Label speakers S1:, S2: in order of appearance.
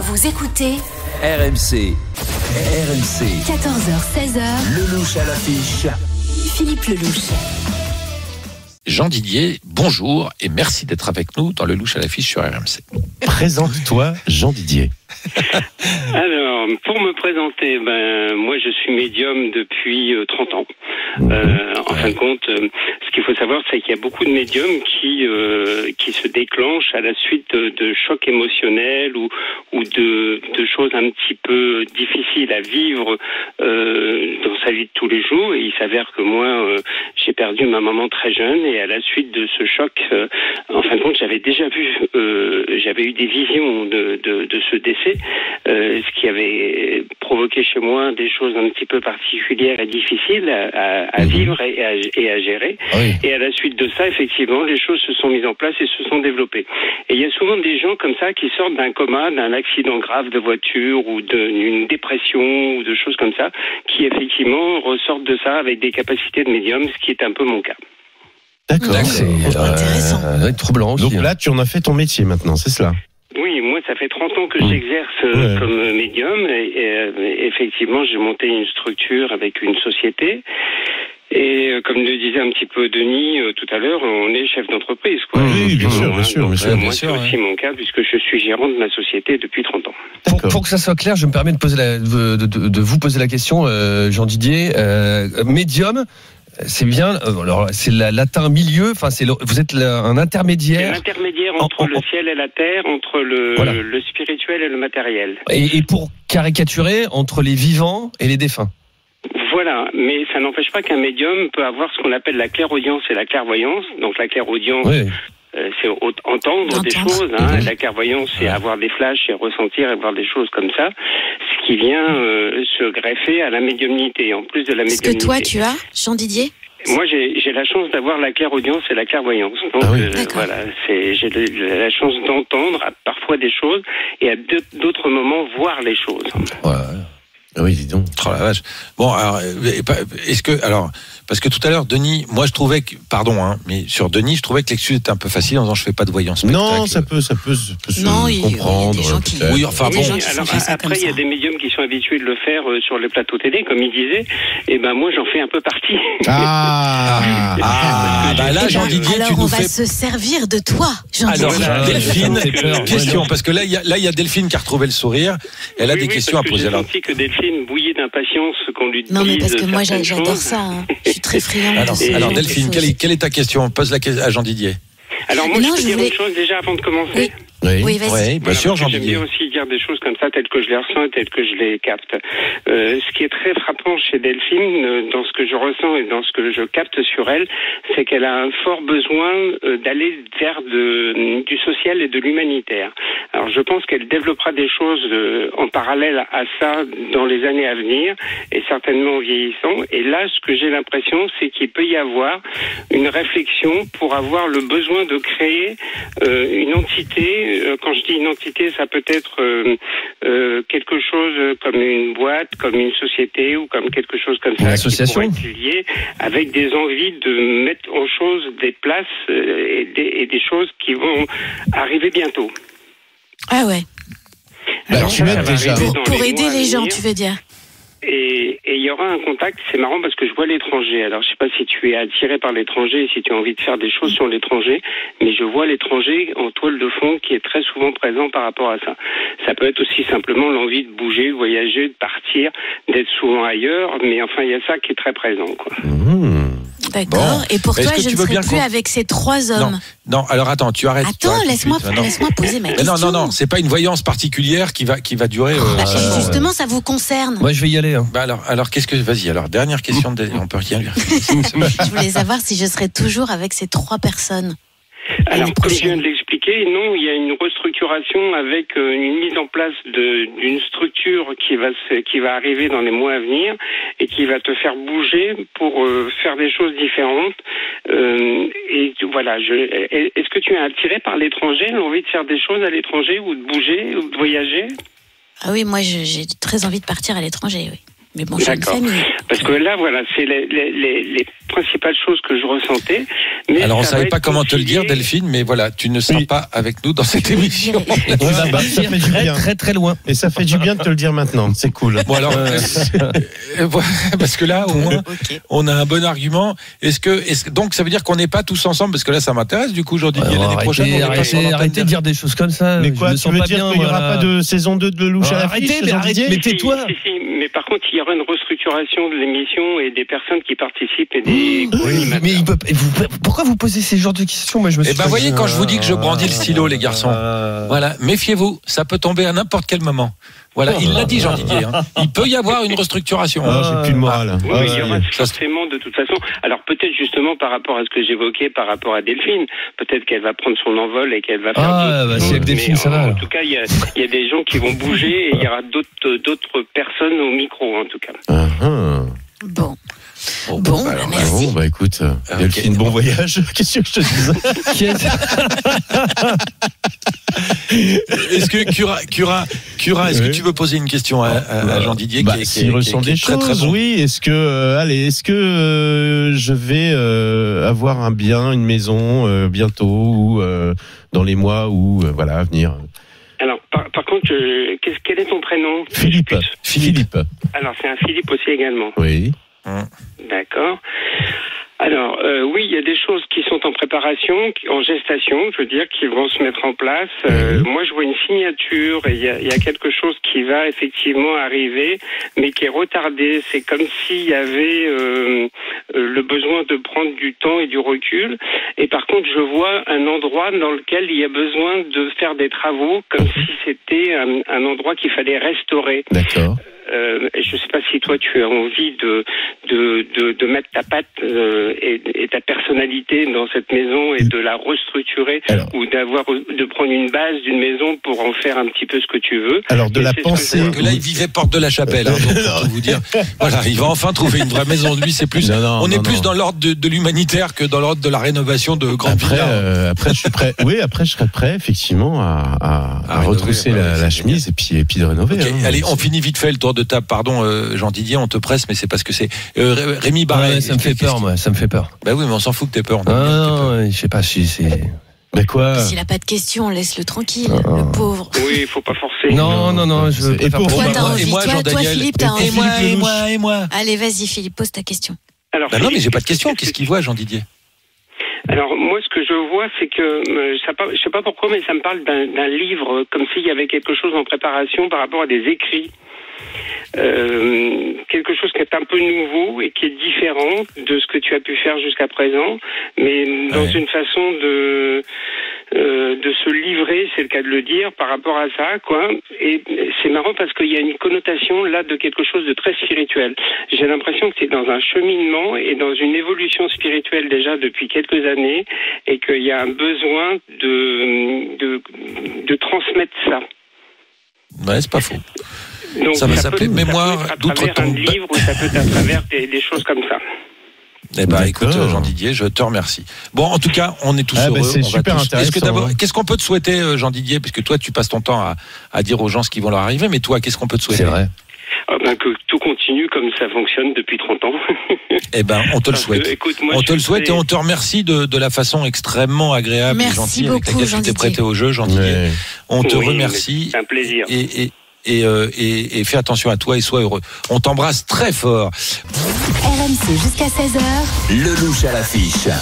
S1: Vous écoutez
S2: RMC. RMC.
S1: 14h-16h,
S2: Lelouch à l'affiche.
S1: Philippe Lelouch.
S3: Jean Didier, bonjour et merci d'être avec nous dans le louche à l'affiche sur RMC.
S4: Présente-toi, Jean Didier.
S5: Alors, pour me présenter, ben, moi je suis médium depuis euh, 30 ans. Euh, en fin de compte, euh, ce qu'il faut savoir, c'est qu'il y a beaucoup de médiums qui, euh, qui se déclenchent à la suite de, de chocs émotionnels ou, ou de, de choses un petit peu difficiles à vivre euh, dans sa vie de tous les jours. Et il s'avère que moi, euh, j'ai perdu ma maman très jeune et à la suite de ce choc, euh, en fin de compte, j'avais déjà vu, euh, j'avais eu des visions de, de, de ce décès, euh, ce qui avait provoqué chez moi des choses un petit peu particulières et difficiles à, à- à
S4: Mhm.
S5: vivre et à, et à gérer.
S4: Oui.
S5: Et à la suite de ça, effectivement, les choses se sont mises en place et se sont développées. Et il y a souvent des gens comme ça qui sortent d'un coma, d'un accident grave de voiture ou de- d'une dépression ou de choses comme ça, qui effectivement ressortent de ça avec des capacités de médium, ce qui est un peu mon cas.
S4: D'accord.
S3: D'accord.
S4: C'est euh,
S6: Intéressant.
S4: ouais, troublant aussi.
S6: Donc là, tu en as fait ton métier maintenant, c'est cela
S5: Oui, moi, ça fait 30 ans que
S6: Mm.
S5: j'exerce euh,
S6: Ouais.
S5: comme médium. Et, et, euh, effectivement, j'ai monté une structure avec une société. Et euh, comme le disait un petit peu Denis euh, tout à l'heure, on est chef d'entreprise. quoi.
S6: Oui, bien sûr, bien sûr, bien
S5: Donc,
S6: sûr.
S5: euh,
S3: Bien
S5: Moi, c'est
S3: sûr, ouais.
S5: aussi mon cas, puisque je suis gérant de ma société depuis 30 ans.
S4: hein.
S7: Pour,
S6: D'accord.
S7: pour que ça soit clair, je me permets de, poser la, de, de- de vous poser la question, euh, Jean Didier. Euh, médium, c'est bien. euh, Alors, c'est la- latin milieu. Enfin, c'est le- vous êtes la- un
S5: C'est
S7: intermédiaire.
S5: l'intermédiaire
S7: En-
S5: entre
S7: en-
S5: le
S7: en-
S5: ciel et la terre, entre le,
S7: Voilà.
S5: le spirituel et le matériel.
S7: Et, et pour caricaturer entre les vivants et les défunts.
S5: Voilà, mais ça n'empêche pas qu'un médium peut avoir ce qu'on appelle la clairaudience et la clairvoyance. Donc la clairaudience,
S7: Oui.
S5: Euh, c'est au- entendre des
S6: D'entendre.
S5: choses. Hein.
S6: Mhm.
S5: La clairvoyance, c'est avoir des flashs et ressentir et voir des choses comme ça, ce qui vient euh, se greffer à la médiumnité. En plus de la
S6: Ce que
S5: médiumnité,
S6: toi, tu as, Jean Didier
S5: moi j'ai j'ai la chance d'avoir la clairaudience et la clairvoyance. Donc
S6: Ah oui.
S5: euh,
S6: D'accord.
S5: voilà, c'est j'ai le- la chance d'entendre à- parfois des choses et à de- d'autres moments voir les choses.
S6: Ah Oui, dis donc.
S3: Oh la vache. Bon, alors, euh, est-ce que. Alors, parce que tout à l'heure, Denis, moi je trouvais que. Pardon, hein, mais sur Denis, je trouvais que l'excuse était un peu facile en disant je fais pas de voyance.
S6: Non, ça peut, ça peut, se- peut se
S8: Non, il- il y a des
S6: comprendre.
S8: gens qui-
S6: peut-être.
S3: Euh, Oui, enfin
S8: Il y a
S3: bon.
S8: des gens qui
S5: Alors,
S8: font pas ça comme
S5: après, il y a
S8: ça.
S5: des médiums qui sont habitués de le faire euh, sur les plateaux télé, comme il disait. Et ben moi, j'en fais un peu partie.
S6: Ah,
S3: Ah, bah là,
S8: Eh
S3: Jean
S8: ben,
S3: Didier,
S8: alors
S3: tu
S8: on
S3: nous
S8: va
S3: fais.
S8: se servir de toi, Jean
S3: Alors,
S8: Didier.
S7: Ah,
S3: Delphine,
S7: ça me fait peur.
S3: question,
S7: Ouais, non.
S3: parce que là, il y, a- là, il y a Delphine qui a retrouvé le sourire. Elle a
S5: Oui,
S3: des
S5: oui,
S3: questions à
S5: parce que
S3: poser.
S5: J'ai
S3: Alors,
S5: senti que Delphine bouillait d'impatience qu'on lui dise.
S8: Non, mais parce que moi, j'a-
S5: certaines
S8: j'adore
S5: choses.
S8: ça. hein. Je suis très friande.
S3: alors,
S8: de ce
S3: alors,
S8: genre de
S3: Delphine,
S8: choses.
S3: quelle est, quelle est ta question Pose la question à Jean Didier.
S5: Alors, moi,
S8: Mais
S5: je
S8: non,
S5: peux
S8: je
S5: dire
S8: voulais-
S5: une chose déjà avant de commencer.
S8: Oui,
S6: oui.
S3: Oui,
S8: Oui, vas-y.
S3: bien
S5: Voilà,
S3: sûr,
S5: parce
S3: Jean
S5: que J'aime
S3: Didier.
S5: bien aussi dire des choses comme ça, telles que je les ressens et telles que je les capte. Euh, ce qui est très frappant chez Delphine, euh, dans ce que je ressens et dans ce que je capte sur elle, c'est qu'elle a un fort besoin euh, d'aller vers de- du social et de l'humanitaire. Alors, je pense qu'elle développera des choses euh, en parallèle à ça dans les années à venir, et certainement en vieillissant. Et là, ce que j'ai l'impression, c'est qu'il peut y avoir une réflexion pour avoir le besoin de créer euh, une entité, euh, quand je dis une entité, ça peut être euh, euh, quelque chose euh, comme une boîte, comme une société ou comme quelque chose comme ça.
S7: Une
S5: qui
S7: association.
S5: pourrait être lié avec des envies de mettre en chose des places euh, et, des, et des choses qui vont arriver bientôt.
S8: Ah ouais.
S6: Bah,
S5: Alors
S6: tu
S5: m'aides
S6: m'aides déjà.
S8: Pour,
S5: dans
S8: pour
S5: les
S8: aider
S5: mois à
S8: les gens,
S5: venir.
S8: tu veux dire.
S5: Et et il y aura un contact, c'est marrant parce que je vois l'étranger. Alors je sais pas si tu es attiré par l'étranger, si tu as envie de faire des choses sur l'étranger, mais je vois l'étranger en toile de fond qui est très souvent présent par rapport à ça. Ça peut être aussi simplement l'envie de bouger, de voyager, de partir, d'être souvent ailleurs, mais enfin il y a ça qui est très présent. Quoi.
S6: Mmh.
S8: D'accord.
S3: Bon.
S8: Et pour
S3: Est-ce
S8: toi,
S3: que
S8: je
S3: tu
S8: ne
S3: veux
S8: serai
S3: bien
S8: plus
S3: qu'on-
S8: avec ces trois hommes.
S3: Non, alors attends, tu arrêtes. tu
S8: Attends,
S3: arrêtes tout de
S8: laisse-moi
S3: suite. Non, non.
S8: laisse-moi poser ma
S3: Mais
S8: question.
S3: non, non, non, c'est pas une voyance particulière qui va, qui va durer. euh,
S8: Bah,
S3: euh,
S8: justement, ça vous concerne.
S7: Moi, je vais y aller. hein.
S3: bah alors, alors qu'est-ce que. Vas-y, alors, dernière question, de- on peut rien lui
S8: Je voulais savoir si je serais toujours avec ces trois personnes.
S5: Alors,
S8: L'année
S5: comme je viens
S8: prochaine.
S5: de l'expliquer, non, il y a une restructuration avec euh, une mise en place de- d'une structure qui va, se- qui va arriver dans les mois à venir et qui va te faire bouger pour euh, faire des choses différentes. Euh, et tu- voilà, je, est- est-ce que tu es attiré par l'étranger, l'envie de faire des choses à l'étranger ou de bouger ou de voyager
S8: Ah oui, moi, je- j'ai très envie de partir à l'étranger, oui. Mais bon, je suis une
S5: D'accord.
S8: famille.
S5: Parce que là, voilà, c'est les, les- les- les principales choses que je ressentais. Mais
S3: Alors, on
S5: ça va
S3: savait
S5: être
S3: pas comment te le dire,
S5: concilié.
S3: Delphine, mais voilà, tu ne seras
S6: Oui.
S3: pas avec nous dans cette émission.
S6: Et tu vas- bah, ça fait du
S7: très,
S6: bien.
S7: très très loin.
S6: Et ça fait du bien de te le dire maintenant. C'est cool.
S3: Bon, alors, euh, euh, voilà, parce que là, au moins,
S8: Ok.
S3: on a un bon argument. Est-ce que, est donc, ça veut dire qu'on n'est pas tous ensemble Parce que là, ça m'intéresse, du coup, aujourd'hui,
S7: Alors,
S3: l'année prochaine, on
S7: Oh, arrêtez,
S3: est pas sur
S7: arrêtez,
S3: l'antenne
S7: arrêtez de dire des choses comme ça.
S6: Mais
S7: je
S6: quoi,
S7: me
S6: tu
S7: sens
S6: veux
S7: pas
S6: dire
S7: bien,
S6: qu'il n'y aura
S7: voilà.
S6: pas de saison 2 de Lelouch à
S7: Alors,
S6: la
S7: arrêtez,
S6: fiche,
S7: mais
S6: Jean
S7: arrêtez,
S6: Didier
S7: mais tais-toi.
S5: Si, si, mais par contre, il y aura une restructuration de l'émission et des personnes qui participent et des.
S7: Oui, mais il peut, vous- pourquoi vous posez ces genres de questions Moi, je me
S3: Eh
S7: suis euh,
S3: ben,
S7: pas-
S3: voyez, quand je vous dis que je brandis le stylo, les garçons. Voilà, méfiez-vous, ça peut tomber à n'importe quel moment. Voilà, il l'a dit, Jean-Didier. hein. Il peut y avoir une restructuration.
S6: Ah, j'ai plus le moral.
S5: Oui,
S6: Ah,
S5: mais il y aura
S6: ouais.
S3: Ça, c'est-
S5: forcément de toute façon. Alors peut-être justement par rapport à ce que j'évoquais, par rapport à Delphine, peut-être qu'elle va prendre son envol et qu'elle va faire.
S7: Ah,
S5: d'autres
S7: bah,
S5: choses,
S7: si avec Delphine,
S5: mais
S7: ça
S5: en-
S7: va,
S5: En
S7: alors.
S5: tout cas, il y, a, il y a des gens qui vont bouger et il y aura d'autres d'autres personnes au micro en tout cas.
S6: Ah, ah.
S8: Bon.
S3: Bon,
S8: Bon,
S3: bah,
S8: bah,
S3: alors,
S6: Ah
S8: merci.
S6: bon, bah écoute, euh,
S3: Ah, ok.
S6: Delphine, bon voyage. Qu'est-ce que je te dis
S7: Qui est-
S3: Est-ce que Cura, Cura, Cura, est-ce que
S6: Oui.
S3: tu veux poser une question à, à- à Jean Didier
S6: Bah,
S3: qui, est- qui est-
S6: S'il
S3: qui est-
S6: ressent
S3: qui est
S6: des
S3: très,
S6: choses,
S3: très bon.
S6: oui. Est-ce que, euh, allez, est-ce que euh, je vais euh, avoir un bien, une maison euh, bientôt ou euh, dans les mois ou euh, voilà à venir
S5: Alors par, par contre, euh, qu'est-ce- quel est ton prénom
S6: Philippe. Euh, Philippe.
S5: Alors c'est un Philippe aussi également.
S6: Oui.
S5: D'accord. Alors, euh, oui, il y a des choses qui sont en préparation, qui- en gestation, je veux dire, qui vont se mettre en place. Euh, Moi, je vois une signature et il y a, il y a quelque chose qui va effectivement arriver, mais qui est retardé. C'est comme s'il y avait euh, euh, le besoin de prendre du temps et du recul. Et par contre, je vois un endroit dans lequel il y a besoin de faire des travaux, comme si c'était un- un endroit qu'il fallait restaurer.
S6: D'accord.
S5: Euh, je ne sais pas si toi tu as envie de de, de, de mettre ta patte euh, et, et ta personnalité dans cette maison et de la restructurer
S6: Alors.
S5: ou d'avoir de prendre une base d'une maison pour en faire un petit peu ce que tu veux.
S6: Alors de
S5: Et
S6: la
S5: c'est ce que
S6: pensée.
S5: je
S3: Que là, il vivait porte de la chapelle, hein, donc, pour tout vous dire. Voilà, il va enfin trouver une vraie maison. Lui, c'est plus.
S6: Non, non,
S3: on est
S6: non,
S3: plus
S6: non.
S3: dans l'ordre de, de l'humanitaire que dans l'ordre de la rénovation de grandes
S6: Après,
S3: villas.
S6: euh, après, je suis prêt. Oui, après, je serai prêt, effectivement, à, à, à
S3: rénover,
S6: retrousser
S3: ouais,
S6: la,
S3: ouais,
S6: la
S3: c'est
S6: chemise et puis, et puis de rénover.
S3: Ok,
S6: hein.
S3: allez, on
S6: C'est-
S3: finit vite fait le tour de table. Pardon, euh, Jean Didier, on te presse, mais c'est parce que c'est Euh, Ré- Rémi Barret.
S7: Ouais, ça me fait peur, moi. Ça me fait peur.
S3: Bah oui, mais on s'en fout que t'aies peur. on
S7: Ah,
S3: aime bien que t'aies peur.
S7: non, ouais, je sais pas si c'est.
S6: Bah quoi
S8: S'il n'a pas de questions, laisse-le tranquille,
S3: Ah,
S8: le pauvre.
S5: fais. Oui, il faut pas forcer.
S7: Non, non, non, je.
S6: Et
S7: préfère
S6: pour-
S7: pas-
S8: Toi,
S3: bah,
S8: t'as
S3: moi-
S8: envie.
S3: et moi,
S8: Toi,
S3: Jean
S8: toi,
S3: Daniel.
S8: Philippe, t'as
S3: Et
S8: envie.
S3: moi, et moi, et moi.
S8: Allez, vas-y, Philippe, pose ta question.
S5: Alors,
S3: Bah non, mais j'ai pas de
S5: qu'est-ce
S3: question.
S5: que-
S3: Qu'est-ce qu'il voit, Jean Didier
S5: Alors moi, ce que je vois, c'est que euh, ça, par- je sais pas pourquoi, mais ça me parle d'un d'un livre, euh, comme s'il y avait quelque chose en préparation par rapport à des écrits. Euh, quelque chose qui est un peu nouveau et qui est différent de ce que tu as pu faire jusqu'à présent, mais dans
S3: Ouais.
S5: une façon de euh, de se livrer, c'est le cas de le dire, par rapport à ça, quoi. Et c'est marrant parce qu'il y a une connotation là de quelque chose de très spirituel. J'ai l'impression que c'est dans un cheminement et dans une évolution spirituelle déjà depuis quelques années et qu'il y a un besoin de, de, de transmettre ça.
S3: Ouais, c'est pas faux.
S5: Donc,
S3: Ça va
S5: peut-
S3: s'appeler
S5: peut
S3: Mémoire
S5: être à
S3: d'outre-tombe.
S5: travers un livre ou ça peut être à travers des, des choses comme ça.
S3: Eh ben, écoute,
S6: D'accord.
S3: Jean Didier, je te remercie. Bon, en tout cas, on est tous
S6: Ah, bah,
S3: heureux.
S6: c'est
S3: on va
S6: super
S3: tous- Est-ce que
S6: intéressant, hein.
S3: d'abord,
S6: ouais.
S3: qu'est-ce qu'on peut te souhaiter, euh, Jean Didier, puisque toi, tu passes ton temps à, à dire aux gens ce qui vont leur arriver, mais toi, qu'est-ce qu'on peut te souhaiter
S7: C'est vrai.
S5: Ah ben, que tout continue comme ça fonctionne depuis 30 ans.
S3: Eh ben, on te le
S5: Parce que,
S3: souhaite.
S5: écoute, moi,
S3: on
S5: je
S3: te le
S5: suis
S3: souhaite et
S5: très-
S3: on te remercie de, de la façon extrêmement agréable et
S8: Merci
S3: gentille avec
S8: beaucoup,
S3: laquelle
S8: Jean
S3: tu t'es
S8: Didier.
S3: prêté au jeu, Jean Didier.
S6: Ouais.
S3: On te
S5: Oui, mais
S3: remercie
S5: C'est un plaisir.
S3: et, et, et, euh, et- et fais attention à toi et sois heureux. On t'embrasse très fort.
S1: RMC jusqu'à 16h.
S2: Lelouch à l'affiche.